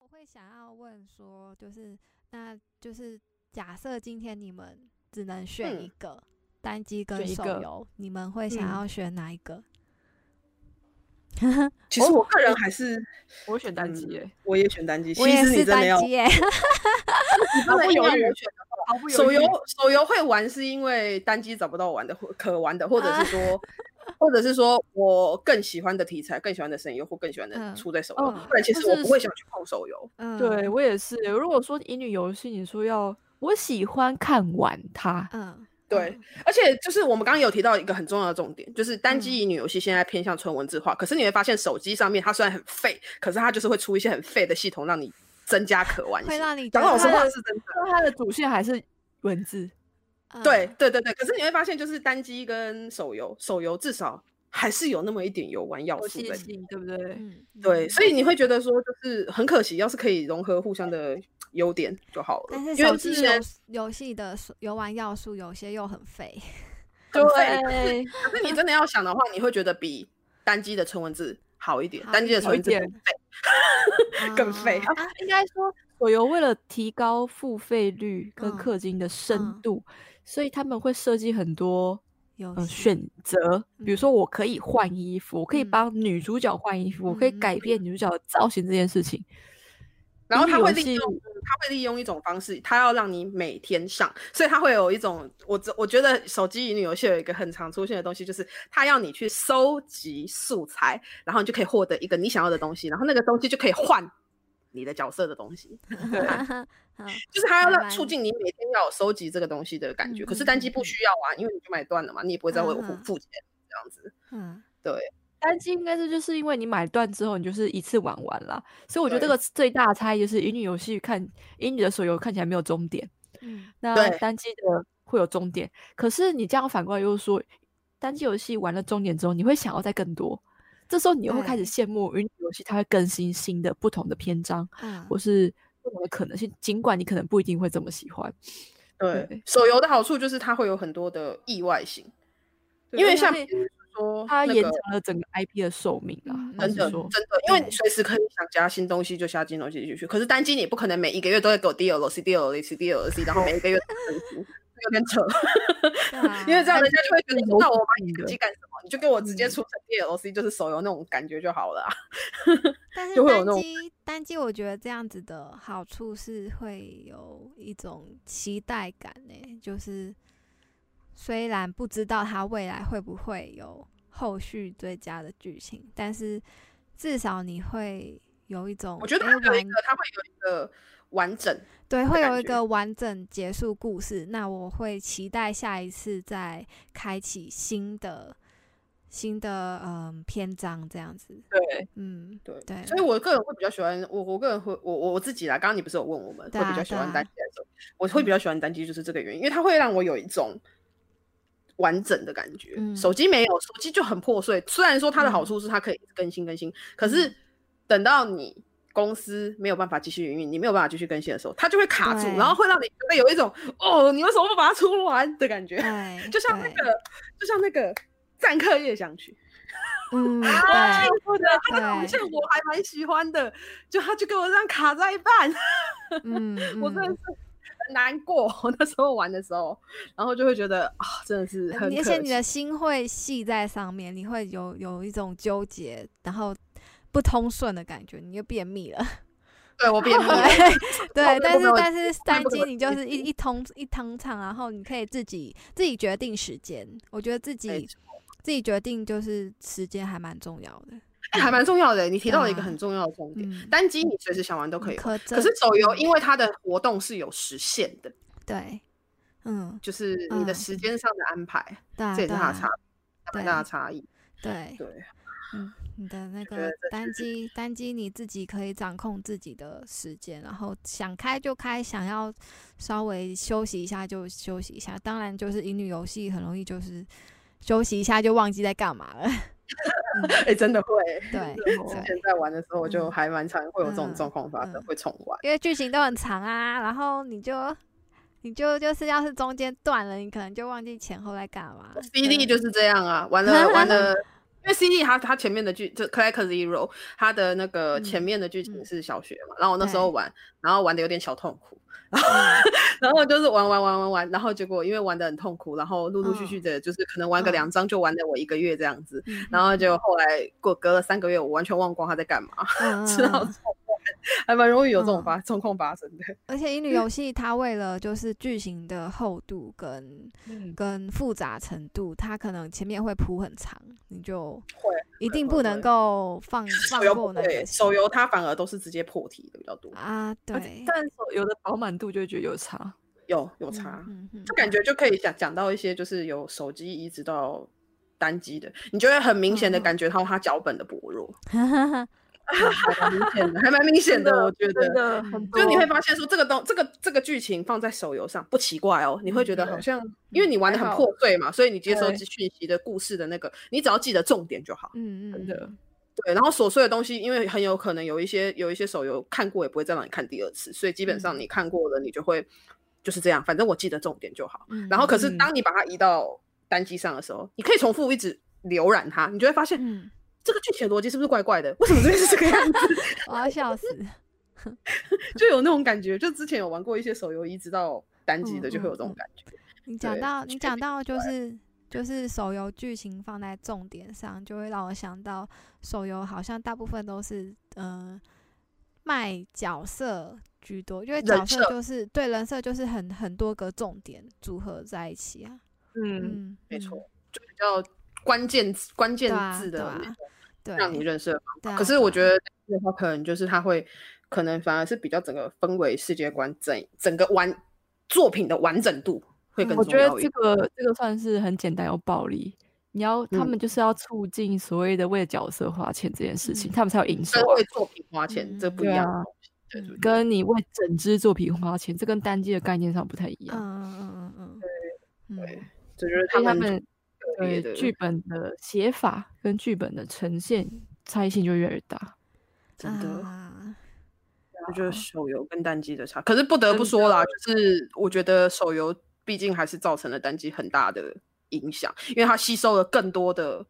我会想要问说，就是那就是假设今天你们只能选嗯一个、单机跟选一手个游，你们会想嗯要选哪一个？其哦实我个人还是我选单机耶，我也选单机。我其也实你是真的单要，机耶、你真的毫不应犹该豫有选毫不手犹豫游。手游会玩是因为单机找不到玩的或可玩的，或者啊是说，或者是说我更喜欢的题材、更喜欢的声优或更喜欢的嗯出在手游，哦不然其就实我是不会想去碰手游。嗯，对，我也是。如果说乙女游戏，你说要我喜欢看完它，嗯，对嗯，而且就是我们刚刚有提到一个很重要的重点，就是单机嗯乙女游戏现在偏向纯文字化，可是你会发现手机上面它虽然很废，可是它就是会出一些很废的系统，让你增加可玩性会。让你讲觉老得实话是真的。但它的主线还是文字。嗯对对对对，可是你会发现，就是单机跟手游，手游至少还是有那么一点游玩要游素戏在。性，对不对？嗯，对，嗯所以你会觉得说，就是很可惜，要是可以融合互相的优点就好了。但是因为手之机前游游戏的游玩要素有些又很废，很废，对，可是你真的要想的话，你会觉得比单机的纯文字好一点，好单机的好纯一文字点。更废啊应该说，手游为了提高付费率跟嗯氪金的嗯深度，所以他们会设计很多游呃戏选择，比嗯如说我可以换衣服，我可以嗯帮女主角换衣服，我可以嗯改变女主角的造型这件事情。然后乙他女会游利戏用，他会利用一种方式，他要让你每天上，所以他会有一种，我只我觉得手机乙女游戏有一个很常出现的东西，就是他要你去收集素材，然后你就可以获得一个你想要的东西，然后那个东西就可以换你的角色的 东西，嗯就是他要明让白促进你每天要有收集这个东西的感觉。嗯可是嗯单机嗯不嗯需要啊，因为你就买断了嘛，你也不会再为我付嗯付钱这样子。嗯对，单机应该是就是因为你买断之后，你就是一次玩完啦。所以我觉得这对个最大的差异就是，乙女游戏看乙女的手游看起来没有终点，嗯那对单机的会有终点。可是你这样反过来又说，单机游戏完了终点之后，你会想要再更多。这时候你又会开始羡慕云游戏，它会更新新的不同的篇章，嗯或是不同的可能性。尽管你可能不一定会这么喜欢，对对，手游的好处就是它会有很多的意外性，对因为而且像它比如说它哦那延个长了整个 IP 的寿命啊。嗯老真实的，真说，的，因为你对随时可以想加新东西就下新东西进去。可是单机你也不可能每一个月都会给我 DLC DLC DLC，然后每一个月都更新，有点扯。对啊因为这样人家就会觉得你知道我买你你的的机干什么，你就给我直接出成 DLC，就是手游那种感觉就好了啊。但是就会有单那种机单机，我觉得这样子的好处是会有一种期待感呢、就是虽然不知道它未来会不会有后续追加的剧情，但是至少你会有一种我觉得诶它有一完个，它会有一个完整。对，会感有一觉个完整结束故事。那我会期待下一次再开启新的新的嗯篇章这样子。对， 嗯，对对，所以我个人会比较喜欢我，我个人会我我我自己啦。刚刚你不是有问我们对会比啊较喜对欢啊嗯单机还是手游，我会比较喜欢单机，就是这个原因，因为它会让我有一种完整的感觉。嗯手机没有，手机就很破碎。虽然说它的好处是它可以更新更新，可嗯是等到你公司没有办法继续营运，你没有办法继续更新的时候，它就会卡住，对然后会让你觉得有一种哦，你为什么不把它出完的感觉？对，就像那嗯对个，就像那个《战客夜想曲》。嗯，啊对，我觉得他的对表现我还蛮喜欢的，就他就给我这样卡在一半， 嗯，我真的嗯是很难过。 那时候玩的时候，然后就会觉得啊，真的是很嗯你可而且呃你惜。的心会系在上面，你会有有一种纠结，然后不通顺的感觉，你就便秘了。对我变了， 对，对，但都没是有但是单不机可你就能是一一通一通畅，然后你可以自己自己决定时间。我觉得自没己错自己决定就是时间还蛮重要的。哎还蛮重要的。你提到了一个对啊很重要的重点，嗯，单机你随时想玩都可以玩。可可是手游因为为它的活动是有时限的，对，嗯，就是你的嗯时间上的安排，对啊，这也是对它啊的差，还蛮大的差异。对，对， 嗯，你的那得个这单机单机你自己可以掌控自己的时间，然后想开就开，想要稍微休息一下就休息一下。当然，就是乙女游戏很容易就是休息一下就忘记在干嘛了。嗯哎、真的会。对 就是我之对前在玩的哦时候，我就嗯还蛮常会有这种状况发生，嗯嗯会重玩。因为剧情都很长啊，然后你就你就就是要是中间断了，你可能就忘记前后在干嘛。 CD 对就是这样啊，玩了玩 了，因为 CD 它它前面的剧就 Clack Zero，它的那个嗯前面的剧情嗯是小学嘛，然后我那时候对玩，然后玩的有点小痛苦，嗯 然后就是玩玩玩玩玩，然后结果因为玩的很痛苦，然后陆陆续续的，就是可能玩个嗯两张就玩了我一个月这样子，嗯然后就后来过隔了三个月，我完全忘光他在干嘛， 嗯嗯知道嗯这种还蛮容易有这种嗯发状况发生的。而且乙女游戏它为了就是剧情的厚度跟嗯，跟复杂程度，它可能前面会铺很长，你就会一会定会不能会够放放手游过不那对，个手游它反而都是直接破题的比较多，啊，而且对，但手游的饱满度就会觉得有差。有有嗯差。嗯嗯就感觉就可以讲讲到一些就是由手机移植到单机的，你就会很明显的嗯嗯感觉到它脚本的薄 弱，嗯还蛮明显的，还蛮明显的，我觉真得。的哦嗯很多，就你会发现说这个东这个这个剧情放在手游上不奇怪哦，你会觉得好像因为你玩的很嗯还好破碎嘛，所以你接收对讯息的故事的那个，你只要记得重点就好。嗯真嗯的对，然后琐碎的东西，因为很有可能有一些有一些手游看过也不会再让你看第二次，所以基本上嗯你看过了，你就会就是这样，反正我记得重点就好。嗯，然后可是嗯当你把它移到单机上的时候，你可以重复一直浏览它，你就会发现、嗯，这个剧情的逻辑是不是怪怪的？为什么这边是这个样子？ 我哦要笑死，就有那种感觉。就之前有玩过一些手游移植到单机的，嗯就会有这嗯种嗯感觉。你讲对到你确讲实到就是就是手游剧情放在重点上，就会让我想到手游好像大部分都是嗯、呃卖角色居多，因为人角色设就是对人设就是很很多个重点组合在一起啊。嗯，嗯，没嗯错，就比较关键字关键对啊字的对啊那种对，让你认识的方对啊法。可是我对觉啊得的话，可能就是它会，可能反而是比较整个氛围、世界观、整整个完作品的完整度会嗯更我重觉得要一这点。个这个算是很简单又暴力。你要他嗯们就是要促进所谓的为角色花钱这件事情，嗯他们才有营收跟啊、为作品花钱，这不一对样的啊东西。对对嗯跟你为整支作品花钱，这跟单机的概念上不太一嗯样。嗯嗯嗯嗯对，这就是所以他们们特别对的剧本的写法跟剧本的呈现差异性就越来越大。真嗯，的，啊我觉得手游跟单机的差。可是不得不哦真说啦，就是我觉得手游毕竟还是造成了单机很大的影响，因为它吸收了更多的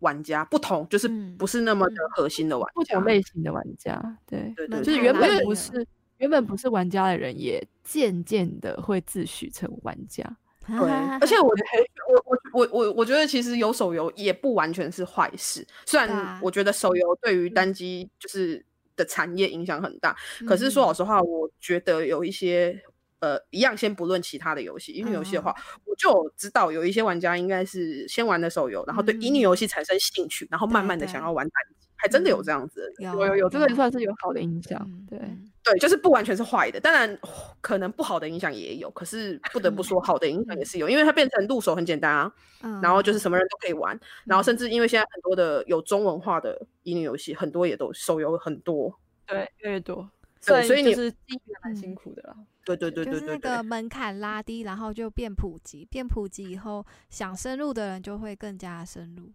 玩家，不同就是嗯不是那么的嗯核心的玩不家。同类型的玩家，对，对那对，就是太原拉本近不了是原本不是玩家的人，也渐渐的会自诩成玩家。对，而且我觉得，我我我我我觉得其实有手游也不完全是坏事，虽对然啊我觉得手游对嗯于单机就是的产业影响很大，可是说老师，实话，我觉得有一些呃，一样先不论其他的游戏，乙女游戏的哦话，我就有知道有一些玩家应该是先玩的手游，然后对乙女游戏产生兴趣，然后慢嗯对慢的对想要玩单机，还真的有嗯这样子的人。有有有有，这个嗯有算是有好的影响。嗯对，嗯对，就是不完全是坏的，当然可能不好的影响也有，可是不得不说好的影响也是有，因为它变成入手很简单啊，嗯然后就是什么人都可以玩，然后嗯甚至因为现在很多的有中文化的乙女游戏，很多也都手游很多，对，越来越多。对虽然所以就你是第一个蛮嗯辛苦的啦。对对对就对是那对个对，门槛拉低，然后就变普及，变普及以后，想深入的人就会更加深入。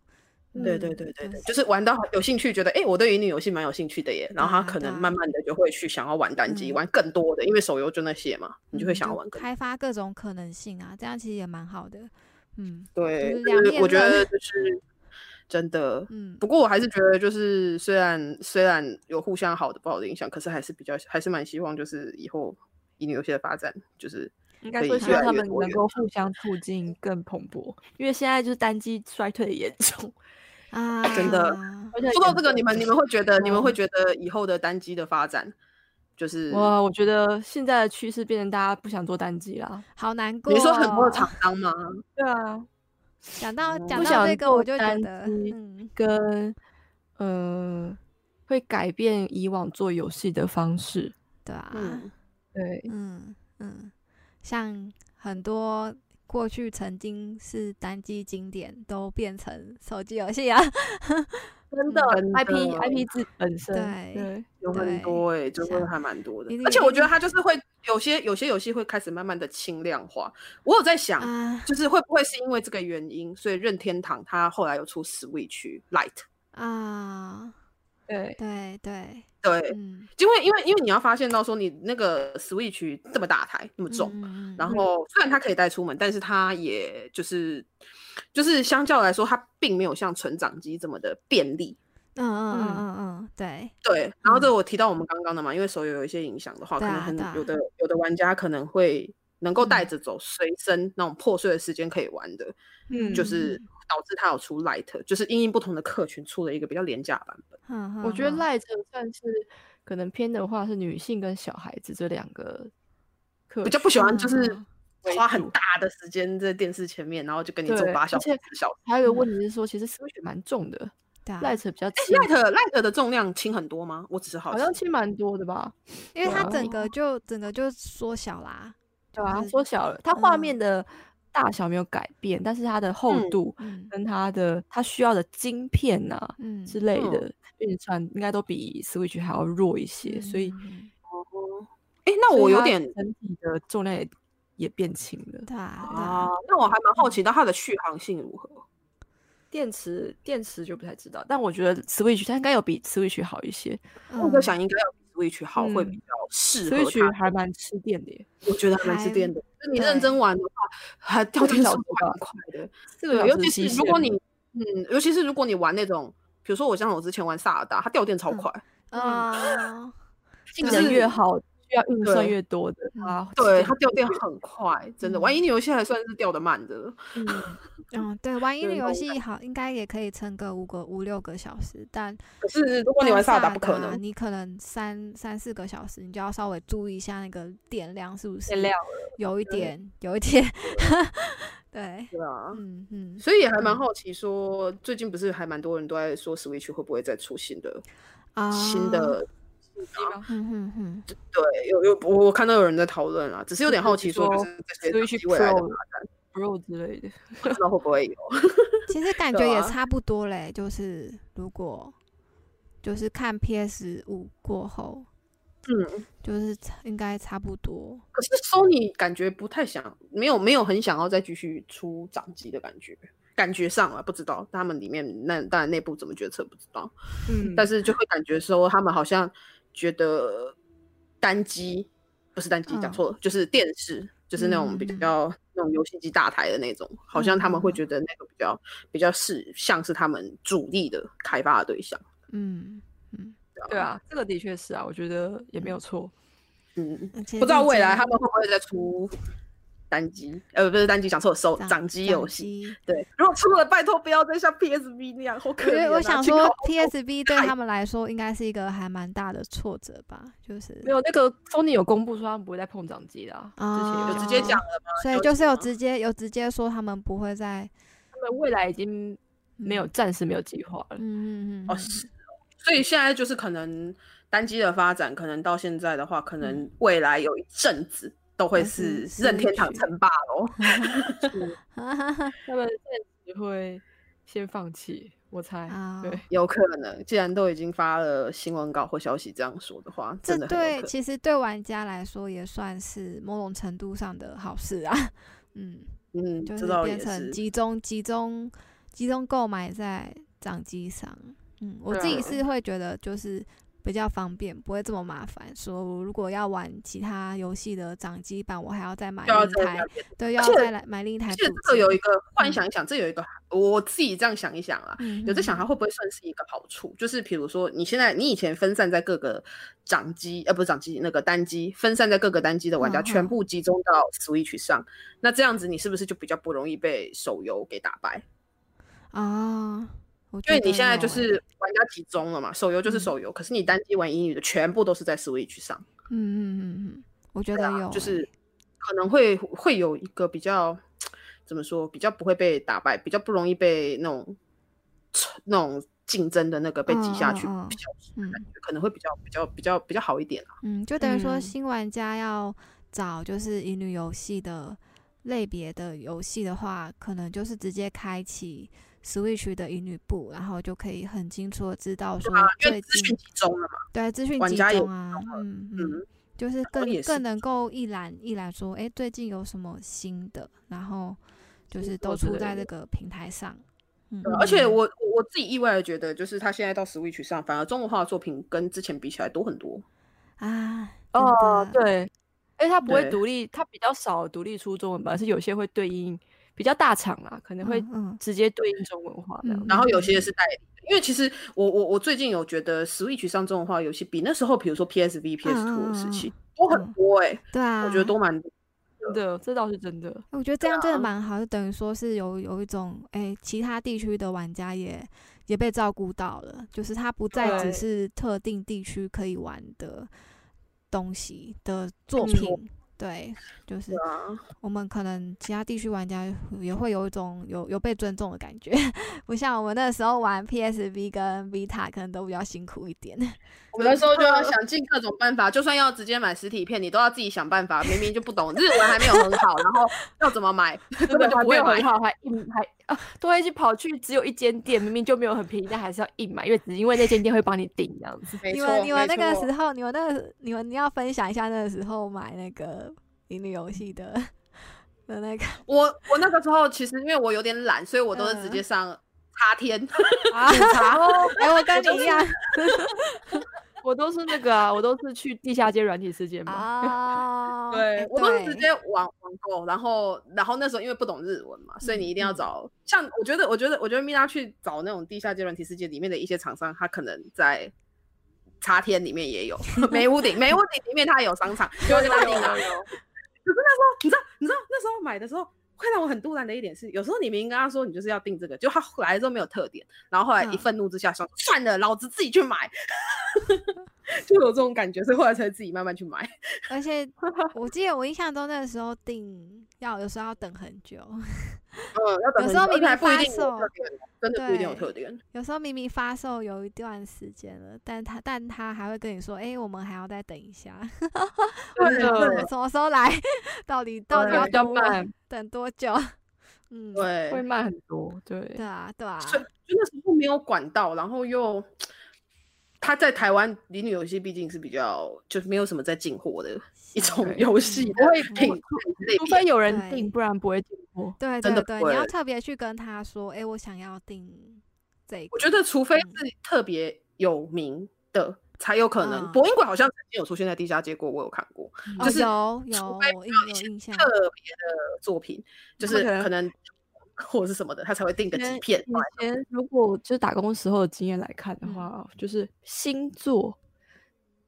对对对嗯对对，就就是玩到有兴趣，觉得哎、诶我对乙女游戏蛮有兴趣的耶，然后他对啊可能对啊慢慢的就会去想要玩单机，嗯玩更多的，因为手游就那些嘛，你就会嗯想要玩更多。开发各种可能性啊，这样其实也蛮好的。嗯对，就就是两是我面觉刃得就是真的。嗯不过我还是觉得，就是虽然虽然有互相好的不好的影响，可是还是比较还是蛮希望，就是以后乙女游戏的发展，就是应该可以说越希望来他越们多能元够互相促进更蓬勃，因为现在就是单机衰退的严重。啊，真的而且说到严这个，重你们你们会觉得你们嗯哦会觉得以后的单机的发展，就是哇，我觉得现在的趋势变成大家不想做单机啦。好难过。哦你说很多的厂商吗？对啊，讲到讲不到想这个，做我就觉单得，机嗯跟呃会改变以往做游戏的方式。对啊，嗯对，嗯嗯，像很多过去曾经是单机经典，都变成手机游戏啊。 真的真的 IP IP 自本身对对有很对多哎、欸，真的像还蛮多的一定。而且我一觉得定它就是会有些有些游戏会开始慢慢的轻量化。我有在想，啊就是会不会是因为这个原因，所以任天堂它后来有出 Switch Lite？啊，对对对，对，嗯，因为因为因为你要发现到说你那个 Switch 这么大台那么重，嗯，然后后虽然它可以带出门，但是它也就是就是相较来说，它并没有像成长机这么的便利。嗯嗯嗯嗯嗯嗯，对，对，然后这我提到我们刚刚的嘛，因为手游有一些影响的话，可对能啊很对啊有的有的玩家可能会能够带嗯着走随身那种破碎的时间可以玩的，嗯就是导致它有出 Light，就是因应不同的客群出了一个比较廉价版本。嗯嗯我觉得嗯赖着算是可能偏的话是女性跟小孩子这两个客比较不喜啊欢就是嗯为花很主大的时间在电视前面，然后就跟你对做八而小时且、十小时。还有一个问题是说，其实 Switch 蛮重的对啊， ，Lite 比较嗯哎轻， ，Light Light 的重量轻很多吗？我只是好好奇。像轻蛮多的吧？因为它整哦啊个就整个就缩小啦，对啊，是缩小了，它画嗯面的大小没有改变，但是它的厚嗯度嗯跟它的它需要的晶片呐、啊嗯，之类嗯的运算，应该都比 Switch 还要弱一些，所以嗯嗯嗯哎，那所以我有它点整体的重量也也变轻了。对啊，对啊啊，，那我还蛮好奇到它的续航性如何。电池电池就不太知道，但我觉得 Switch 它应该有比 Switch 好一些我在嗯想应该要比 Switch 好，会比嗯较适合它，Switch。还蛮吃电的耶，我觉得还蛮吃还电的。就你认真对玩的话，还掉四个电速小度时吧还蛮快的。这对，个尤其是如果你嗯，尤其是如果你玩那种，比如说我像我之前玩萨尔达，它掉电超嗯快。嗯 啊，性就能是越好，需要运算对越多的嗯啊，对，它它掉电很快，真的。玩嗯乙女游戏还算是掉的慢的。嗯，对， 玩音对乐游动戏好，应该也可以撑个五个五六个小时，但可是如果你但玩萨尔达，萨不可达能。啊你可能三三四个小时，你就要稍微注意一下那个电量是不是电量有一点，有一点， 对，对啊。嗯嗯，所以也还蛮嗯好奇说最近不是还蛮多人都在说 Switch 会不会再出新的、啊，新，的？啊嗯 嗯嗯，对，有有，我我看到有人在讨论啊，只是有点好奇说，就说是这些 Switch 东西未来的 Pro Pro 之类的，不知道会不会有。其实感对觉也啊差不多嘞，就是如果就是看 PS 五过后，嗯，就是差应该差不多，可是 Sony 感觉不太想，没有没有很想要再继续出掌机的感觉，感觉上啊，不知道他们里面那当然内部怎么决策不知道，嗯 但是就会感觉说他们好像觉得单机不是单机，讲嗯错了，就是电视，就是那种比嗯嗯嗯较那种游戏机大台的那种，好像他们会嗯嗯嗯觉得那个比较比较是像是他们主力的开发的对象，嗯嗯，对啊，这个的确是啊，我觉得也没有错。嗯，不不知道未来他们会不会再出单机，呃，不是单机，讲错了，手掌机游戏。戏。对，如果出了，拜托不要再像 PSV 那样，好可因怜、为啊。我想请好说好，PSB 对嗨他们来说应该是一个还蛮大的挫折吧，就是没有那个 Sony 有公布说他们不会再碰掌机啦，之前啊有有直讲接讲了吗？所以有就是有讲吗直接有直接说他们不会再他们未来已经没嗯有暂时没有计划了。嗯嗯嗯哦嗯是所以现在就是可能单机的发展，可能到现在的话，可能未来有一阵子都会还是嗯是任天堂 Switch 称霸喽。他们暂时会先放弃，我猜。啊对，有可能，既然都已经发了新闻稿或消息这样说的话，这真的很有对可能其实对玩家来说也算是某种程度上的好事啊， 嗯，嗯，就知道变也成是。集中集中集中购买在掌机上，嗯，我对自己啊是会觉得就是比较方便，不会这么麻烦，说如果要玩其他游戏的掌机版，我还要再买就要另一再台改，变对，要且再来买另一台而主且机，这个有一个，幻嗯想一想，这有一个，我自己这样想一想啊，嗯有在想它嗯会不会算是一个好处，就是比如说你现在你以前分散在各个掌机，呃，不是掌机，那个单机分散在各个单机的玩家，嗯全嗯部集中到 Switch 上，那这样子你是不是就比较不容易被手游给打败？啊，我因为觉你得现在有就欸是玩家集中了嘛，手游就是嗯手游，可是你单机玩英语的全部都是在 Switch 上，嗯嗯嗯嗯，我觉对得啊有欸，就是可能会会有一个比较怎么说，比较不会被打败，比较不容易被那种那种竞争的那个被挤下去，嗯嗯嗯比较嗯可能会比较比较比较比较好一点啊。嗯，就等于说嗯新玩家要找就是乙女游戏的类别的游戏的话，可能就是直接开启 Switch 的乙女部，然后就可以很清楚的知道说啊因最为资近讯集中了嘛。对资讯玩集家也中啊，嗯嗯，嗯，就是后更也是更能够一览一览说，哎，最近有什么新的，然后就新是作都之出类在的这个平台上，嗯对，而且我我我自己意外的觉得，就是他现在到 Switch 上，反而中文化的作品跟之前比起来多很多。啊，真哦的，对，因为它不会对独立，它比较少独立出中文版，而是有些会对应比较大厂啦，可能会嗯嗯直接对应中文化这样。嗯然后有些是代理的，因为其实我我我最近有觉得 Switch 上中文化游戏比那时候，比如说 PSV、PS Two 的时嗯期多很多哎、对啊，我觉得都蛮多。真的，这倒是真 的。我觉得这样啊真的蛮好，就等于说是有有一种诶，其他地区的玩家也也被照顾到了，就是它不再只对是特定地区可以玩的东西的作嗯品，对，就是啊我们可能其他地区玩家也会有一种有有被尊重的感觉，不像我们那时候玩 PSV 跟 Vita 可能都比较辛苦一点。我们那时候就要想尽各种办法，就算要直接买实体片，你都要自己想办法。明明就不懂日文还没有很好，然后要怎么买，根根本本就就不不会会买很。好，还硬还啊，都会去跑去只有一间店，明明就没有很便宜，但还是要硬买，因为只因为那间店会帮你订这样子。没你错，们你们那没个错时候，你们那个你们你要分享一下那个时候买那个乙女游戏的 的那个我我那个时候其实因为我有点懒，所以我都是直接上插天。 啊哎、我跟就你一是样哦我都是那个啊，我都是去地下街软体世界嘛。啊，对哎，我都是直对接网网购，然后然后那时候因为不懂日文嘛，所以你一定嗯要嗯找、像我觉得我觉得我觉得米拉去找那种地下街软体世界里面的一些厂商，他可能在茶天里面也有， 梅屋顶梅屋顶里面他有商场，就去那里拿。 可是那时候你知道你知道那时候买的时候。会让我很突然的一点是，有时候你明明跟他说你就是要订这个，就他后来之后没有特点，然后后来一嗯愤怒之下想、算了，老子自己去买， 就有这种感觉，所以后来才自己慢慢去买。而且我记得我印象中那个时候订要有时候要等很久， 嗯，要等有很时候久明而且还明不一发定有特售点，真的不一定有对特点。有时候明明发售有一段时间了，但他但他还会跟你说，哎、我们还要再等一下，我真就的 什么时候来？到底到底对要比较等我慢，等多久？嗯，对，会慢很多，对对，啊，对啊，所以就那时候没有管到，然后又他在台湾离女游戏毕竟是比较就是没有什么在进货的一种对游戏不的会品不类类除别非有人对订，不然不会订货。对真对的对，不你要会特别去跟他说，哎、我想要订这个。我觉得除非嗯是特别有名的，才有可能。嗯博音馆好像曾经有出现在地下街过，我有看过。哦就是有除有非我遇印到一有些印象，特别的作品，就他们是可能可能 或者是什么的，他才会订个因几为片以。前如果就是打工时候的经验来看的嗯话，就是星座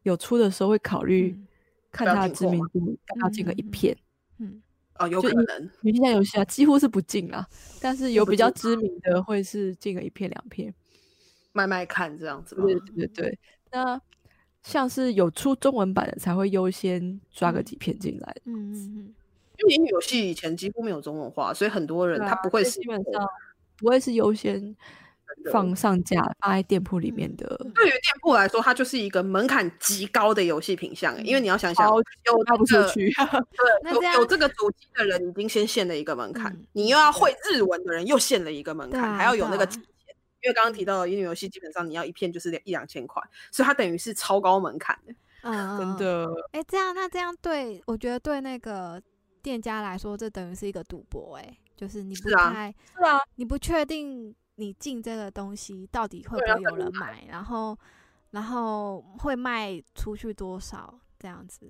有出的时候会考虑嗯看要它的进知货名吗度，要不要进个一嗯嗯嗯片。嗯，哦，有就可一能。女性向游戏啊，几乎是不进啦，但是有不比较进知名的会是进个一片两片。慢慢看这样子吧。对对对，那像是有出中文版的才会优先抓个嗯几片进来。嗯嗯嗯，因为英语游戏以前几乎没有中文化，所以很多人对他啊不会所以是基本上不会是优先的放上架放在店铺里面嗯的。嗯对于店铺来说，它就是一个门槛极高的游戏品相、欸，因为嗯你要想想，超有卖不出这个去，对，那有这有样这个主机的人已经先限了一个门槛，嗯你又要会日文的人又限了一个门对槛，还啊要有那个对啊提前。因为刚刚提到的英语游戏，基本上你要一片就是两一两千块，所以它等于是超高门槛的。嗯，真嗯。 的。哎、这样那这样对我觉得对那个店家来说，这等于是一个赌博、哎，就是你不是啊太是啊，你不确定你进这个东西到底会不对啊会有人买，然后然后会卖出去多少这样子。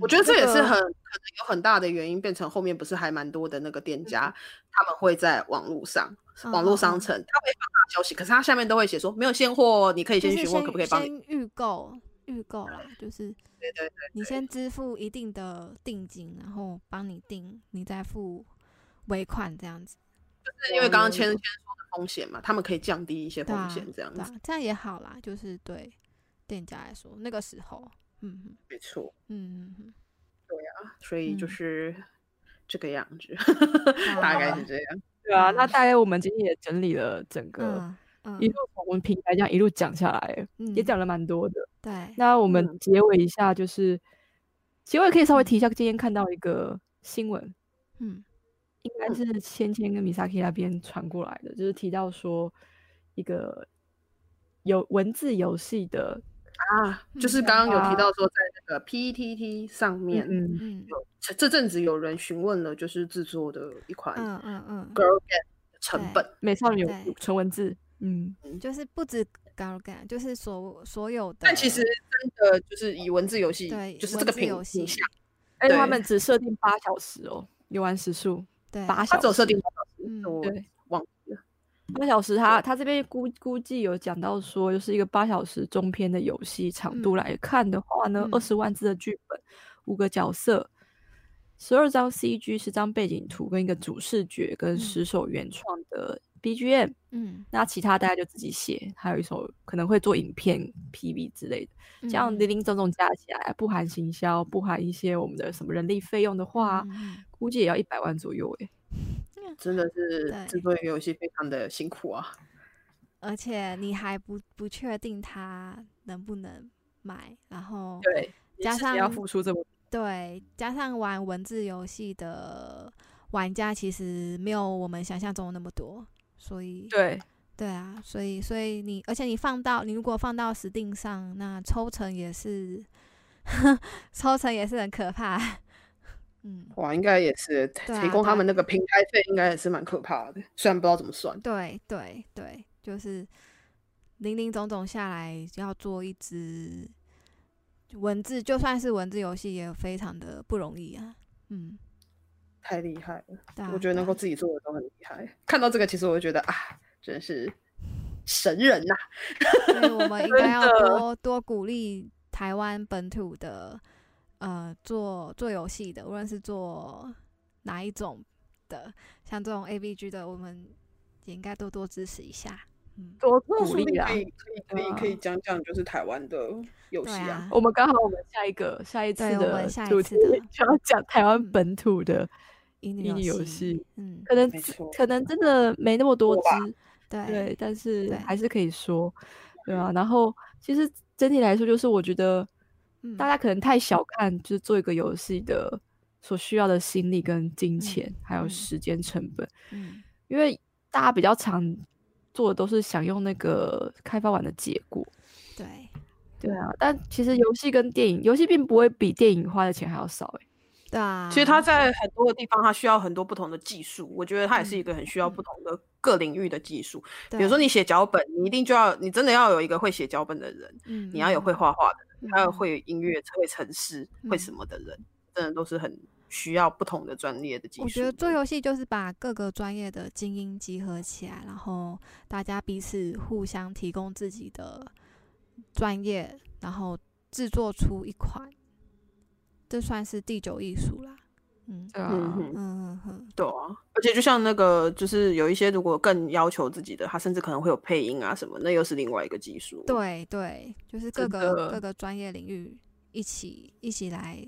我嗯觉得这也是个很可能有很大的原因，变成后面不是还蛮多的那个嗯店家，他们会在网络上。网络商，城，他会放大消息，可是他下面都会写说没有现货，你可以嗯嗯嗯就先是询问可不可以帮你。先预购预购啦，就是对对对，你先支付一定的定金，然后帮你定，你再付尾款这样子，是因为刚刚有签有签说的风险嘛，他们可以降低一些嗯对风啊，险，这样对子啊，这样也好啦，就是对店家来说，那个时候，嗯嗯没错。嗯嗯所以就嗯是这个样子，嗯，大概好是这样。对啊，那嗯大概我们今天也整理了整个嗯嗯一路从我们平台这样一路讲下来，啊也嗯讲了蛮多的。对，那我嗯们结尾一下，就是结尾可以稍微嗯提一下，今天看到一个新闻，嗯应该是芊芊跟米萨 k 那边传过来的，就是提到说一个有文字游戏的，啊，就是嗯刚刚有啊提到说，在那个 PTT 上面，嗯，嗯有这这阵子有人询问了，就是制作的一款嗯嗯 girl game 的成本，美少女对纯文字，嗯，嗯，就是不止 g a r g a 就是所所有的，但其实真的就是以文字游戏对，就是文这个字品游戏品相，而且他对们只设定八小时哦，游玩时数对八它小只有设时，定多少时嗯间，我对忘记了。八小时他，他这边估估计有讲到说，就是一个八小时中篇的游戏长度嗯来看的话呢，二嗯十、万字的剧本，五个角色，十二张 CG，十张背景图跟一个主视觉跟嗯十首原创的 BGM，、嗯，那其他大家就自己写，还有一首可能会做影片 PV 之类的，这样嗯零零总总加起来，不含行销，不含一些我们的什么人力费用的话，嗯嗯估计也要一百万左右诶、真的是对制作一个游戏非常的辛苦啊！而且你还不不确定他能不能买，然后对，加自己要上付出这么对，加上玩文字游戏的玩家其实没有我们想象中的那么多，所以对。对啊，所以所以你，而且你放到你如果放到 Steam 上，那抽成也是， 抽成也是很可怕。 嗯，哇，应该也是对啊提供对他啊们那个平台费，应该也是蛮可怕的，虽然不知道怎么算。对对对，就是零零总总下来，要做一支文字，就算是文字游戏，也非常的不容易啊。嗯，太厉害了，对啊我觉得对能啊够自己做的都很厉害。看到这个，其实我就觉得啊，真是神人呐、所以我们应该要真的多多鼓励台湾本土的呃做做游戏的，无论是做哪一种的，像这种 A B G 的，我们也应该多多支持一下。嗯，多那鼓说不定励啊可！以可以可以可以讲讲就是台湾的游戏对啊啊，，我们刚好我们下一个下一次对我们的下一主次题的就要讲台湾嗯本土的乙乙女游戏，，嗯，可能没只错可能真的没那么多多吧嗯支，对，对，但是对还是可以说，对啊。然后其实整体来说，就是我觉得嗯大家可能太小看，就是做一个游戏的所需要的心力跟金钱，还有嗯时间成本，嗯，因为大家比较常做的都是想用那个开发完的结果，对对啊，但其实游戏跟电影，游戏并不会比电影花的钱还要少、欸，对啊。其实它在很多的地方，它需要很多不同的技术。我觉得它也是一个嗯很需要不同的各领域的技术。比如说你，你写脚本，你一定就要，你真的要有一个会写脚本的人，嗯你要有会，画画的人，还有嗯会音乐、会程式、会什嗯么的人，真的都是很需要不同的专业的技术。我觉得做游戏就是把各个专业的精英集合起来，然后大家彼此互相提供自己的专业，然后制作出一款，这算是第九艺术啦。嗯对啊，嗯哼嗯嗯嗯，对啊，而且就像那个，就是有一些如果更要求自己的，他甚至可能会有配音啊什么，那又是另外一个技术。，对对，就是各真个的各个专业领域一起一起来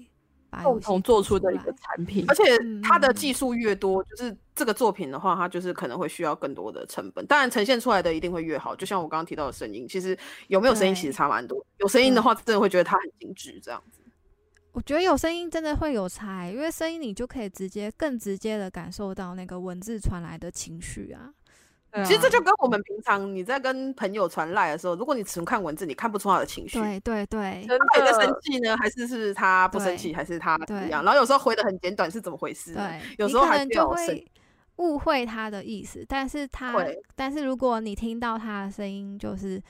把游共戏同做出出的一来个产品而，且它的嗯技术越多，就是这个作品的话，它就是可能会需要更多的成本。当然，呈现出来的一定会越好。就像我刚刚提到的声音，其实有没有声音其对嗯实差蛮多。有声音的话，真的会觉得它很精致，这样子。我觉得有声音真的会有差欸，因为声音你就可以直接更直接的感受到那个文字传来的情绪啊。对其实这啊就跟我们平常你在跟朋友传赖的时候，如果你纯看文字，你看不出他的情绪。对对对真他到底在生的气呢，还是是他不生对气，还是他怎么对样？然后有时候回的很简短，是怎么回事呢？对，有你时候可还能是就要有声会误会他的意思，但是他会，但是如果你听到他的声音，就是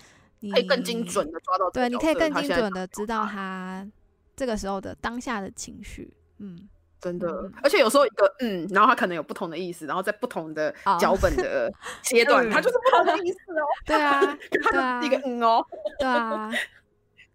你可以更精准，的抓到这对，个你角可以色更他精现在准的知道他这个时候的当下的情绪。嗯，真的嗯，而且有时候一个嗯，然后他可能有不同的意思，然后在不同的哦脚本 的阶段，他就是不同的意思哦。对啊可对他啊就是一个嗯哦，对啊，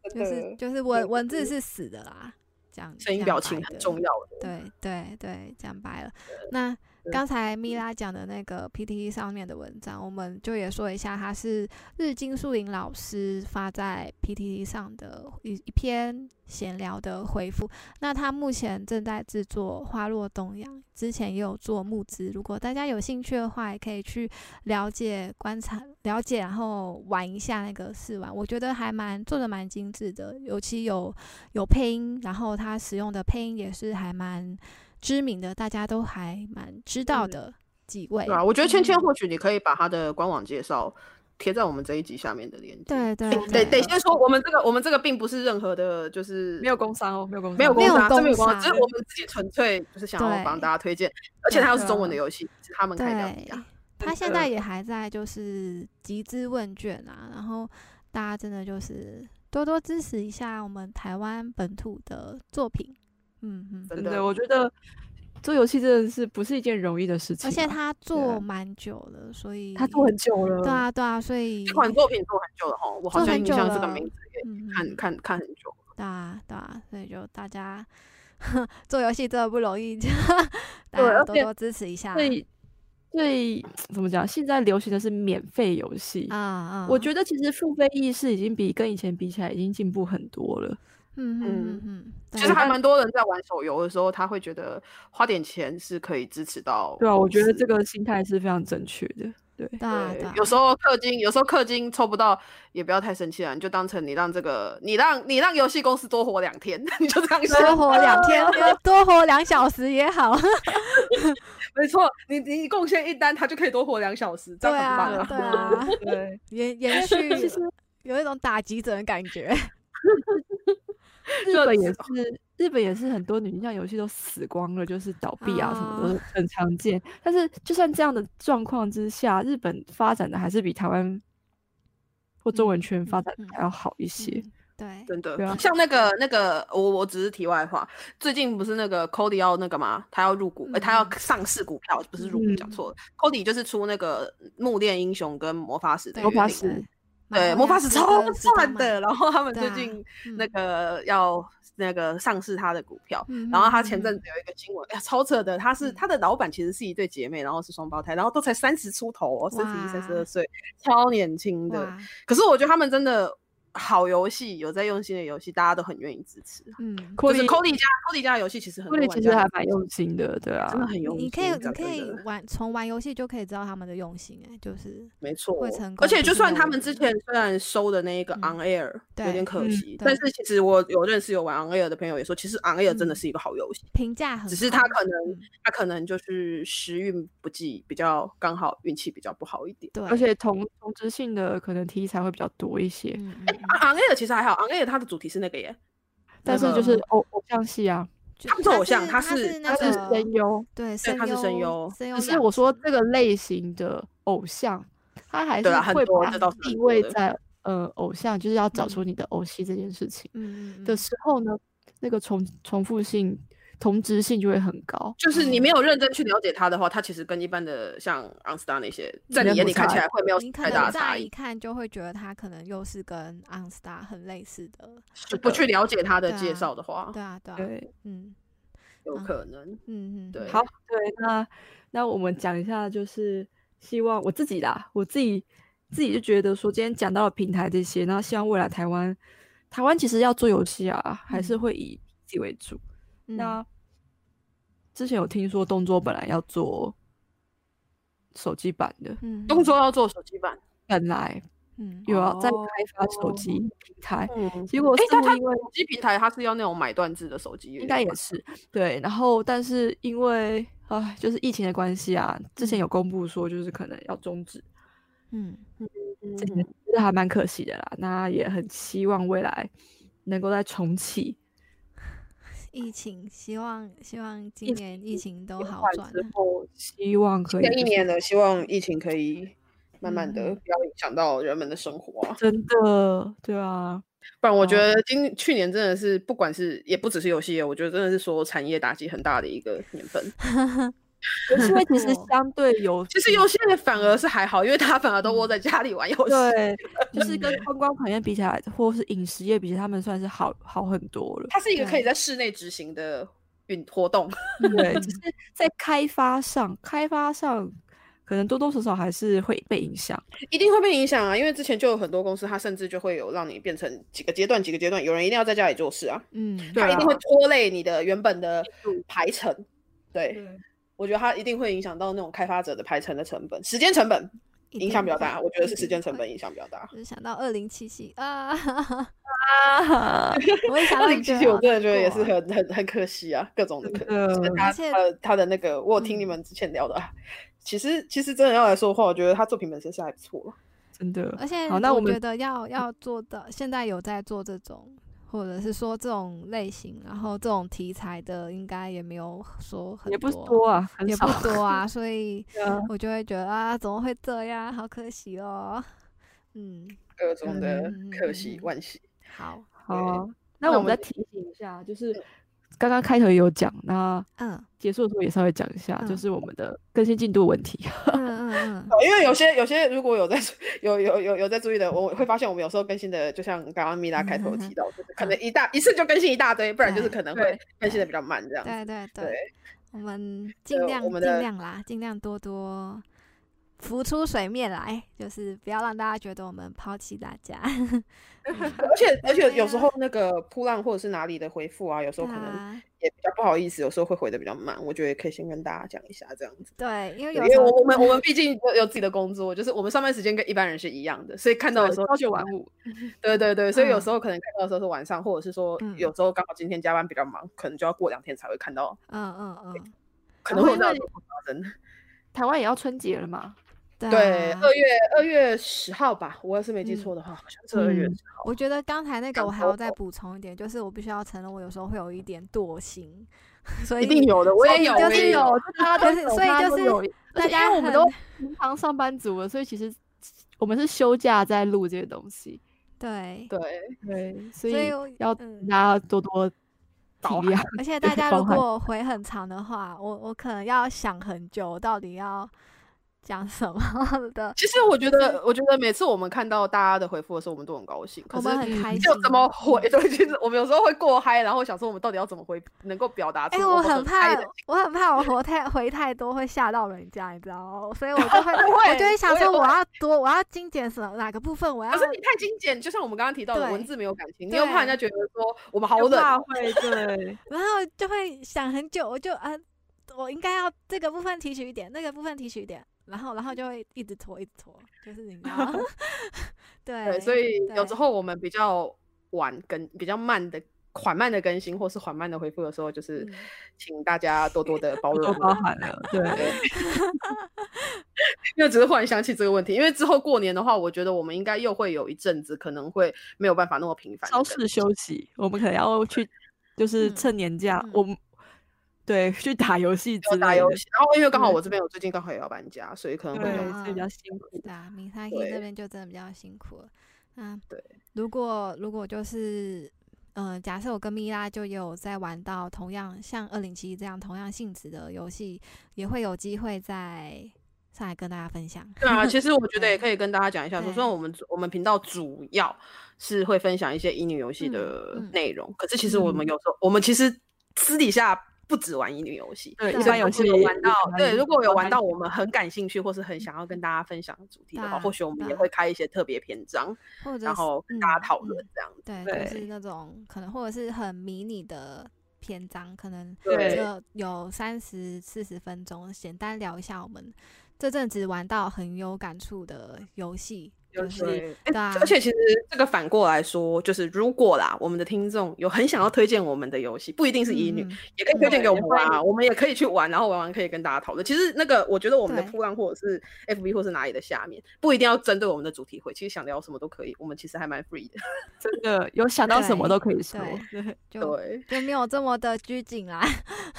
真就的是就是对文文就字是是死的啦，这样声音讲表白情的很重要的。对对对，讲白了。那对刚才米拉讲的那个 PTE 上面的文章，我们就也说一下，它是日金树林老师发在 PTE 上的一一篇闲聊的回复。那他目前正在制作《花落东阳》，之前也有做募资，如果大家有兴趣的话，也可以去了解、观察、了解，然后玩一下那个试玩。我觉得还蛮做的蛮精致的，尤其有有配音，然后它使用的配音也是还蛮知名的，大家都还蛮知道嗯的几位。对啊，我觉得圈圈嗯或许你可以把他的官网介绍贴在我们这一集下面的链接。对对诶对得得先说，我们这个我们这个并不是任何的，就是没有工伤哦，没有工伤，没有工没有商，这没有工工商，只是商我们自己纯粹就是想要对帮大家推荐，而且它又是真中文的的游戏，是他们开的啊对呀。，他现的在也还在就是集资问卷啊，然后大家真的就是多多支持一下我们台湾本土的作品，嗯嗯，真真的的，我觉得做游戏真的是不是一件容易的事情而啊，且他啊做蛮久了，所以他做很久了，对啊对啊，所以这款作品做很久了哈，我好做像很印久象这个了名字也嗯看嗯看看很久。对啊对啊，所以就大家 做游戏真的不容易， 大对家而多且多支持一下最最怎么讲？现在流行的是免费游戏啊，啊！我觉得其实付费意识已经比跟以前比起来已经进步很多了。嗯嗯嗯嗯嗯，其对实还蛮多人在玩手游的时候，他会觉得花点钱是可以支持到。对啊，我觉得这。个心态是非常正确的。对，对啊对对啊，，有时候氪金，有时候氪金抽不到，也不要太生气了，你就当成你让这个，你让你让游戏公司多活两天， 你就这样多想。活两天，多活两小时也好。没错，你你贡献一单，他就可以多活两小 时，这对样很棒啊，啊。对啊，对， 延延续有一种打击者的感觉。日就本也是，日本也是很多女性向游戏都死光了，就是倒闭啊什么的很常见。但是就算这样的状况之下，日本发展的还是比台湾或中文嗯圈发嗯展的嗯还要好一些。嗯对，真的对啊，像那个那个，我我只是题外话，最近不是那个 Cody 要那个嘛，他要入股，呃，他要嗯上市股票，不是入股，讲嗯错了。Cody 就是出那个木恋英雄跟魔法使的对魔约法定使对，魔法使超赚的，了。然后他们对最啊近嗯那个要那个上市他的股票，嗯然后他嗯前阵嗯子有一个新闻，哎呀，超扯的，他是嗯他的老板其实是一对姐妹，然后是双胞胎，然后都才三十出头哦，三十一、三十哇二岁，超年轻的。哇可是我觉得他们真的好游戏，有在用心的游戏，大家都很愿意支持。啊嗯，就科是里 Cody 家，Cody 家的游戏其实很科多里玩其家实还都蛮用心的，对啊，真的很用心，你可以你讲可真以的玩从玩游戏就可以知道他们的用心，哎，就是没错，会成而功且不就是算没他有们之人前虽然收的那一个嗯 on air、有对点可嗯惜，但对是其实我有认识有玩 on air 的朋友也说，其实 on air 真的嗯是一个好游戏，评价很好，只是他可能嗯他可能就是时运不济，比较刚好运气比较不好一点。对，而且同同质性的可能题材会比较多一些，嗯嗯嗯啊 on air 其实还好，on air 它的主题是那个耶，但是那就个是偶偶像戏啊，就他不是偶像他他是是那它是个声优，对，他是声优声优只养成，是我说这个类型的偶像，他还是对啊很会多把这倒是很定多位的在呃偶像，就是要找嗯出你的偶戏这件事情嗯，嗯嗯的时候呢，那个重重复性、同质性就会很高。就是你嗯没有认真去了解它的话，它其实跟一般的像 on star 那些，在没你有眼不里看差起来会没有你可太大能的差再异一，看就会觉得他可能又是跟 OnStar 很类似的，就不去了解它的对介啊绍的话，对啊对啊，对，嗯有啊可能。嗯嗯，对好，对，那那我们讲一下，就是希望我自己啦，我自己自己就觉得说，今天讲到了平台这些，那希望未来台湾，台湾其实要做游戏啊，还是嗯会以自己为主。嗯那之前有听说动作本来要做手机版的，嗯动作要做手机版，本来嗯有要在哦开发手机平台，嗯，结果哎似，但乎它因为手机平台它是要那种买断制的手机，应该也是对，然后但是因为啊，就是疫情的关系啊，之前有公布说就是可能要终止，嗯这个这还蛮可惜的啦。那也很希望未来能够再重启，疫情，希望希望今疫年疫情都延好缓转之啊，后，希望可以这一就是年了，希望疫情可以慢慢的嗯不要影响到人们的生活啊。真的对啊，不然我觉好得今去年真的是，不管是也不只是游戏业，我觉得真的是所有产业打击很大的一个年份。因为其 实错相对有其实游戏业反而是还好，因为大家反而都窝在家里玩游戏。对， 就是跟嗯观光产业比起来，或是饮食业比起来，他们算是好好很多了。它是一个可以对在室内执行的运活动。对，嗯只是在开发上，开发上可能多多少少还是会被影响。 一定会被影响啊，因为之前就有很多公司，它甚至就会有让你变成几个阶段、几个阶段，有人一定要在家里做事啊，嗯对它一啊定会拖累你的原本的排程。对，我觉得它一定会影响到那种开发者的排程的成本、时间成本一影响比定较大，会我觉得一是时定间成会本影响比较大。 就是想到二零七七啊，啊！我也想到二一零个七好难七，过啊，我真的觉得也是很很很可惜啊，各种的可真的惜。而他且呃他的那个，我有听你们之前聊的啊，其实其实真的要来说的话，我觉得他作品本身是还不错了。真的，而且好那我我们觉得要要做的，现在有在做这种，或者是说这种类型，然后这种题材的，应该也没有说很也不多多啊，很也少不。多啊，所以对啊我就会觉得啊，怎么会这样？好可惜哦。嗯，各种的嗯可惜嗯惋惜，好，好对啊，那那我我们再们就提醒一下，就是刚刚开头也有讲，那嗯结束的时候也稍微讲一下，就嗯是我们的更新进度问题。嗯 嗯嗯，因为有些有些如果有在有有有有在注意的，我会发现我们有时候更新的，就像刚刚米拉开头有提到，就是可能一大一次就更新一大堆，不然就是对可能对会更新的比较慢这样子。对对对，对我们尽呃量我尽们的量啦，尽量多多浮出水面来，就是不要让大家觉得我们抛弃大家。而且而且对有时啊候那个扑浪或者是哪里的回复啊，有时候对可能 啊，也比较不好意思，有时候会回的比较慢，我觉得也可以先跟大家讲一下这样子。对，因为因有为时候我我们 我们毕竟有有自己的工作，就是我们上班时间跟一般人是一样的，所以看到的时候，朝九晚五，对对对，所以有嗯时候可能看到的时候是晚上，或者是说嗯有时候刚好今天加班比较忙，可能就要过两天才会看到，嗯嗯嗯，可然能后会有因这样为的状况发生。台湾也要春节了嘛？对，啊二月二月十号吧，我要是没记嗯错的话，好像是二月嗯10号。我觉得刚才那个讲我还要多再口补充一点，就是我必须要承认，我有时候会有一点惰性， 所以一定有的，我所以也有，就我是也有。就大家都可是有所以大家就都是有而大且因家为我们都很平常上班族了，所以其实我们是休假在录这些东西。对，对，对，所所以我要嗯大家多多体包谅。而且对大家包如含果回很长的话，我我可能要想很久，我到底要讲什么的。其实我觉得，我觉得每次我们看到大家的回复的时候，我们都很高兴。可我是们很开心，嗯就怎么回， 对，其实我们有时候会过嗨，然后想说我们到底要怎么回，能够表达出哎、我们很嗨怕的，我很怕我活太回太多会吓到人家，你知道吗？ 所以我就会，不我会就会想我也说，会我要多，我要精简什么哪个部分，我要可是你太精简，就像我们刚刚提到的，啊对文字没有感情，你又怕人家觉得说我们好有冷，大会对，然后就会想很久，我就啊，我应该要这个部分提取一点，那个部分提取一点，然后然后就会一直拖，一直拖，就是你知道吗， 对，对，所以有时对候我们比较晚更，比较慢的。缓慢的更新或是缓慢的回复的时候，就是嗯请大家多多的包多容，包涵了。对， 因为只是忽然想起这个问题。因为之后过年的话，我觉得我们应该又会有一阵子可能会没有办法那么频繁地稍更事新。休息，我们可能要去，就是嗯趁年假嗯，我们对去打游戏之要类打游的戏，然后因为刚好对我这边我最近刚好也要搬家，所以可能会对，有啊所以比较辛苦。对啊，明山 K 这对边就真的比较辛苦了。那对，如果如果就是，嗯、假设我跟蜜拉就有在玩到同样像二零七这样同样性质的游戏，也会有机会再上来跟大家分享。对啊，其实我觉得也对可以跟大家讲一下说，虽然我们主我们频道主要是会分享一些乙女游戏的嗯嗯内容，可是其实我们有时候、我们其实私底下不只玩乙女游戏。对，对一般如游果戏有玩到，对，如果有玩到。到我们很感兴趣或是很想要跟大家分享的主题的对啊话，或许我们对也啊会开一些特别篇章，或者然是后跟大家嗯讨论嗯这样子。对，对就是那种可能或者是很迷你的篇章，可能对就有三十四十分钟，简单聊一下我们这阵子玩到很有感触的游戏，游就是戏对，对啊而且其实这个反过来说，就是如果啦，我们的听众有很想要推荐我们的游戏，不一定是乙女，嗯嗯也可以推荐给我们玩对啊，我们也可以去玩，然后玩完可以跟大家讨论。其实那个，我觉得我们的对铺浪或者是 FB 或是哪里的下面，不一定要针对我们的主题会，其实想聊什么都可以，我们其实还蛮 free 的。真的有想到什么对都可以说，对，就对，就没有这么的拘谨啦。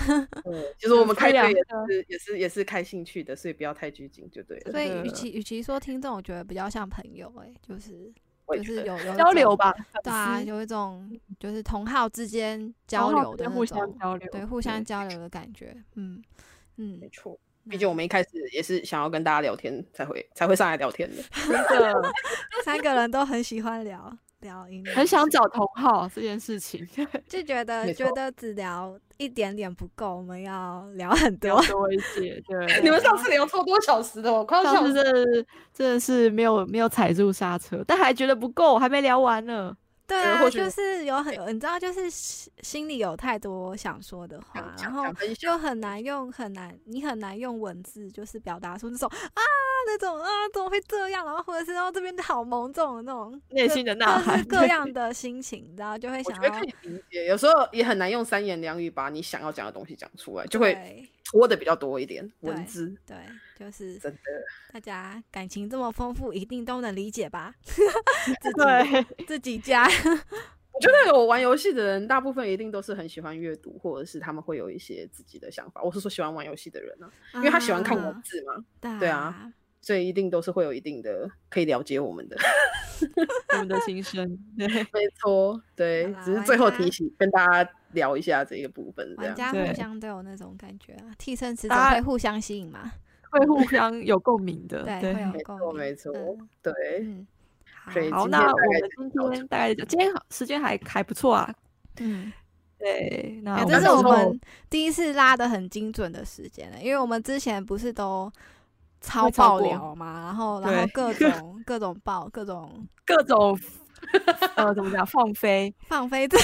嗯对，其实我们开啊很开队也朗是也是也是开兴趣的，所以不要太拘谨就对了。所以真，与的其与其说听众，我觉得比较像朋友、欸，就是我就也觉是得有有一交流种，吧，嗯对啊，粉丝有一种就是同好之间交然后流再的那互相种，交 流，对，互相交流的感觉，嗯嗯没，错。毕竟我们一开始也是想要跟大家聊天，才会才会上来聊天的。真的三个人都很喜欢聊聊音乐，很想找同好这件事 情，就觉得没觉错得只聊一点点不够，我们要聊很多要。多一 些。对，啊你们上次聊超多小时的，我快要笑上死次。真的是真的是没有没有踩住刹车，但还觉得不够，还没聊完呢。对觉得啊，或许就我是有很，你知道，就是心心里有太多想说的话，想啊然想后想分享就很难用，很难，你很难用文字就是表达出那 种啊那种啊怎么会这样，然后或者是哦这边好萌这种那种内各心的呐各式喊，各 样的心情，然后就会啊我想觉得要可以理解，有时候也很难用三言两语把你想要讲的东西讲出来，就会对拖的比较多一点。文对字对，就是真的，大家感情这么丰富，一定都能理解吧？自己对，自己家，我觉得有玩游戏的人，大部分一定都是很喜欢阅读，或者是他们会有一些自己的想法。我是说喜欢玩游戏的人呢、啊因为他喜欢看文字嘛，啊对啊，所以一定都是会有一定的可以了解我们的。我们的心声， 对，没错，对好，啦只是玩最后家提醒跟大家聊一下这个部分，这玩样。家互对相都有那种感觉啊，替身使者大家会互相吸引嘛？会互相有共鸣的，对，对会。有没共错鸣。没错嗯对，嗯，好所以好，今那天大我概们就今到这天大概就今天好，时间还还不错啊。嗯，对，那哎我这们是我之后们第一次拉的很精准的时间了，因为我们之前不是都超会超爆过聊嘛，然后然后对 各种各种爆，各种各种呃怎么讲放飞、放飞哦自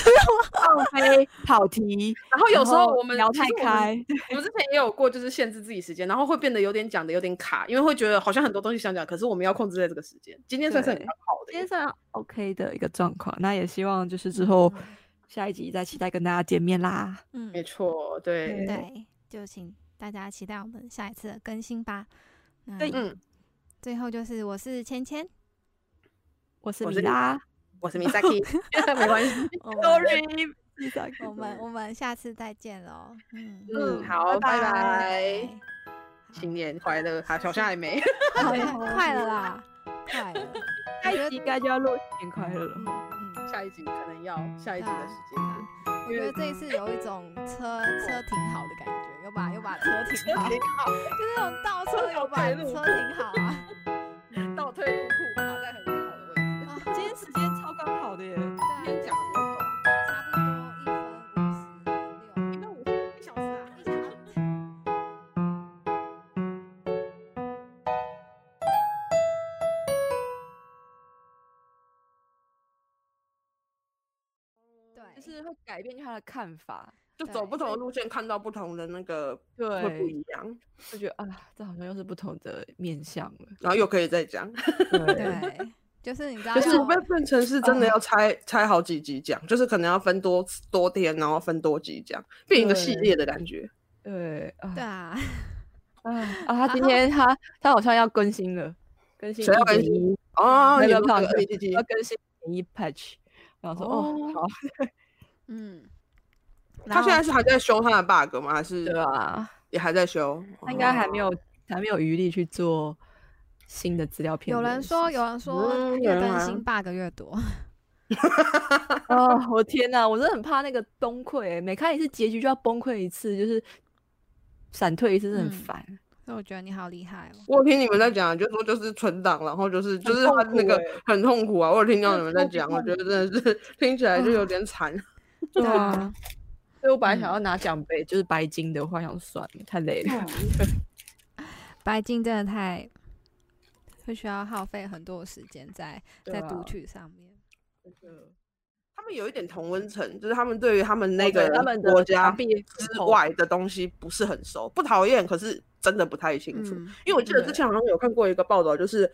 放飞、跑题， 然后有然时候后我们聊其太实我们开，我们之前也有过，就是限制自己时间，然后会变得有点讲的有点卡，因为会觉得好像很多东西想讲，可是我们要控制在这个时间。今天算是很对刚好的今天耶，算 OK 的一个状况。那也希望就是之 后下一集再期待跟大家见面啦。嗯，没错，对，对，就请大家期待我们下一次的更新吧。那对嗯，最后就是我是芊芊，我是我米是拉哦我是 Misaki，没关系，我们，Sorry，我们我们下次再见喽。嗯，嗯，嗯好，拜拜拜，好新年快乐，好，小夏还没，好 像快了啦，快了，下一集应该就要录新年快乐了。嗯。嗯下一集可能要下一集的时间对啊了。我觉得这一次有一种车车停好的感觉，又把又把车停好，就好，是那种倒车有把车停好 啊。倒退入库，卡在很好的位置，啊，今天时间超刚好的耶，对边啊，讲边走啊差不多一分五一分五十哎十一小时啊。六，你想。对，就是会改变他的看法，就走不同的路线，看到不同的那个会不对，一样，就觉得啊，这好像又是不同的面相了。然后又可以再讲。对，对，就是你知道可有，是嗯除非变成是真的要拆、拆好几集讲，就是可能要分多多天，然后分多集讲，变一个系对列的感觉。嗯对啊对，啊，啊啊！他今天他他好像要更新了，更新谁要1.1更新哦，嗯那你个说胖这子个 APP 要更新一 patch，然后说哦好，嗯，他现在是还在修他的 bug 吗？还是对吧？也还在修？他应该还没哦。有还没有余力去做新的资料片有这件事。人说，有人说嗯越原更来新 bug 越多， 哦，我天哪，我真的很怕那个崩溃欸，每看一次结局就要崩溃一次，就是闪退一次，真的很嗯烦。所以我觉得你好厉害哦。我有听你们在讲，就说就是存档，然后就是就是他痛苦那个欸很痛苦啊。我有听到真你的们在超级讲，我痛觉得真的是听起来就有点惨。对啊，所以我本来嗯想要拿奖杯，就是白金的，我想算了，太累了。白金真的太会需要耗费很多时间在对在啊读取上面。他们有一点同温层，就是他们对于他们那哦对个他们的国家墙壁之外的东西不是很熟，不讨厌，可是真的不太清楚。嗯，因为我记得之对前好像有看过一个报道，就是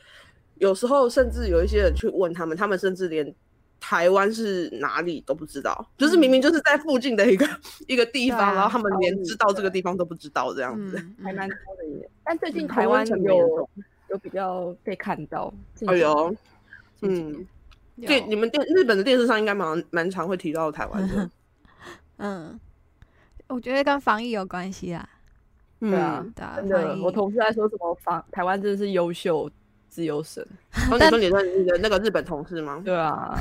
有时候甚至有一些人去问他们，他们甚至连台湾是哪里都不知道，就是明明就是在附近的一个 一个地对方，啊然后他们连知道这个对地方都不知道这样子。嗯，还嗯蛮多的耶。但最近嗯台同温湾层没有有有比较被看到，近哎几呦年，近几嗯年对，你有们电日本的电视上应该蛮蛮常会提到台湾的。嗯，我觉得跟防疫有关系啦。嗯，对啊对啊，真防的，疫我同事在说什么防台湾真的是优秀自由神，然后你但说你的你的那个日本同事吗？对啊，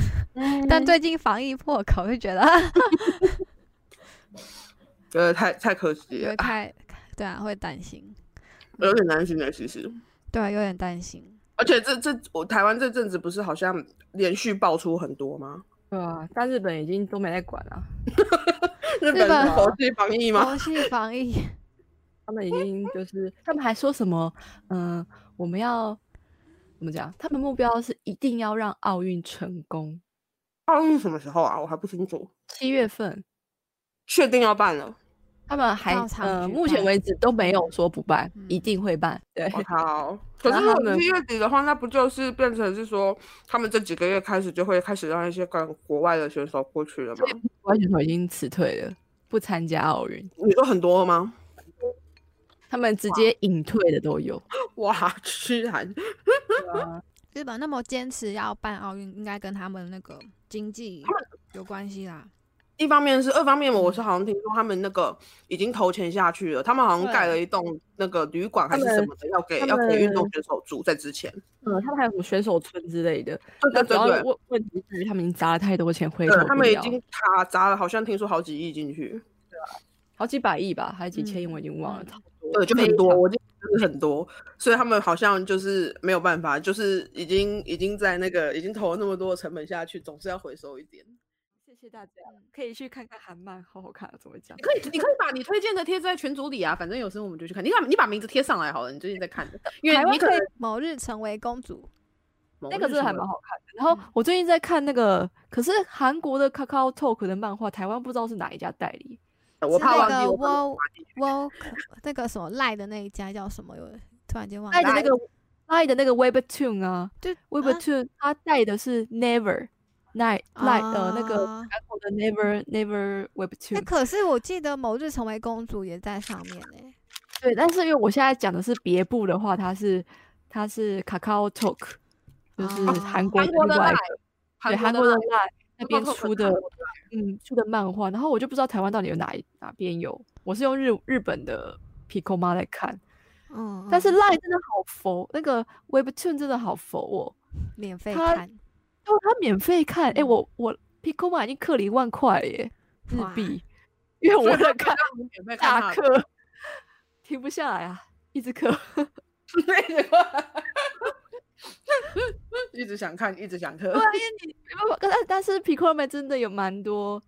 但最近防疫破口，就觉得 觉得太太可惜了会，太对啊，会担心，有点担心的其实。对啊，有点担心。而且这这我台湾这阵子不是好像连续爆出很多吗？对啊，但日本已经都没在管了，日本本佛系防疫吗？国际防疫，他们已经就是他们还说什么，嗯、呃我们要怎么讲？他们目标是一定要让奥运成功，奥运什么时候啊？我还不清楚。七月份确定要办了，他们还照常呃，举目前办为止都没有说不办，一嗯定会办。对，我靠！可是然后他如果们七月底的话，那不就是变成是说，他们这几个月开始就会开始让一些跟国外的选手过去了吗？完全都已经辞退了，不参加奥运，你说很多吗？他们直接隐退的都有。哇，居然！日本那么坚持要办奥运，应该跟他们那个经济有关系啦。一方面是，二方面嗯我是好像听说他们那个已经投钱下去了，他们好像盖了一栋那个旅馆还是什么的，要给他要给运动们选手住，在之前。嗯，他们还有什么选手村之类的，对那对主对要对，问问题在于他们已经砸了太多钱回头对不他们已了经卡砸了，好像听说好几亿进去，好几百亿吧，还是几千亿，嗯我已经忘了。嗯差不多对，就非很多，常我记得就是很多，所以他们好像就是没有办法，就是已经已经在那个已经投了那么多的成本下去，总是要回收一点。谢谢大家，可以去看看韩漫，好好看、啊，怎么讲你？可以，你可以把你推荐的贴在群组里啊，反正有时候我们就去看。你看，你把名字贴上来好了，你最近在 看的，因台为湾你可可以能某日成为公主，那个真的还蛮好。好看的。然后嗯我最近在看那个，可是韩国的 Kakao Talk 的漫画，台湾不知道是哪一家代理。 我怕是忘那记个我怕忘 Wo 记 Wo 那个什么赖的那一家叫什么？有突然间忘带了的。那个带的那个 Webtoon 啊就，Webtoon 它带的是 Never Night Light 的那个啊韩国的 Never Never 那 Webtoon。可是我记得某日成为公主也在上面呢、对，但是因为我现在讲的是别部的话，它是它是 Kakao Talk，就是哦韩国韩国的另外一 Line，个对韩国国的 Line Line 那边 Kakao Talk 出的的 Line，嗯出的漫画，然后我就不知道台湾到底有哪一哪边有，我是用日日本的 Pico 妈来看，嗯，但是嗯 Line 真的好佛，那个 Webtoon 真的好佛哦，免费它看，因为它免费看，哎、嗯我我 Pico 妈已经氪了一万块耶日哇币，因为所以我他在看看到我们免费看大他的，氪，停不下来啊，一直氪。 一直想看，一直想看。对啊，因为你没办法，但但是 p i c o r m 真的有蛮多，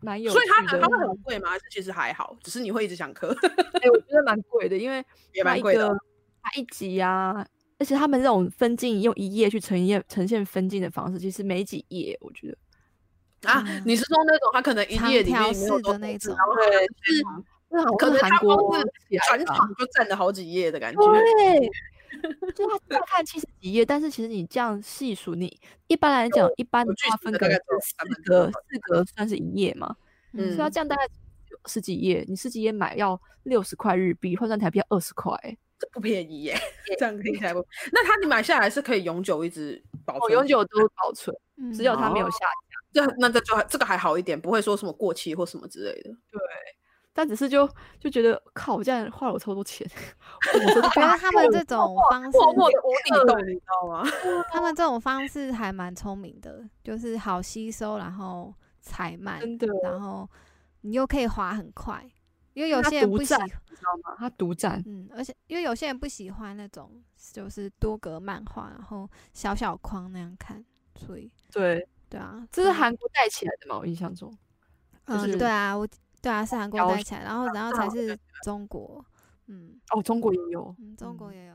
蛮有所以它趣很的它会很贵吗？还是其实还好，只是你会一直想 磕，哎、我觉得蛮贵的，因为 也它蛮一贵的哦个。它一集啊，而且他们那种分镜用一页去呈现呈现分镜的方式，其实没几页，我觉得啊嗯！你是说那种它可能一长页里条面没有式多啊的那字种然后可能是那好可像能是它韩光国是起来全吧场就占了好几页的感觉。对。就是它乍看七十几页，但是其实你这样细数，你一般来讲，一般我的剧话情分的隔大概是只有三四分钟格，四格算是一页嘛。嗯所以它这样大概有十几页，你十几页买要六十块日币，换算台币要二十块欸。这不便宜耶， 这样听起来不。那它你买下来是可以永久一直保我存，永久都保存，嗯只有它没有啊哦下架，这那这就还这个还好一点，不会说什么过期或什么之类的。但只是就就觉得靠，我竟然花了我超多钱，我觉得他们 这种方式，默默的无底洞，你知道啊吗？他们这种方式还蛮聪明的，就是好吸收，然后采慢，真的，然后你又可以滑很快，因为有为它些人独不喜占你知道吗？它独占，嗯，而且因为有些人不喜欢那种就是多格漫画，然后小小框那样看，所以对，嗯对啊，这是所以韩国带起来的嘛？我印象中，嗯、就是对啊，我对啊是韩国小带起来，然后然后才小是中国，嗯哦，中国也有，嗯，中国嗯也有，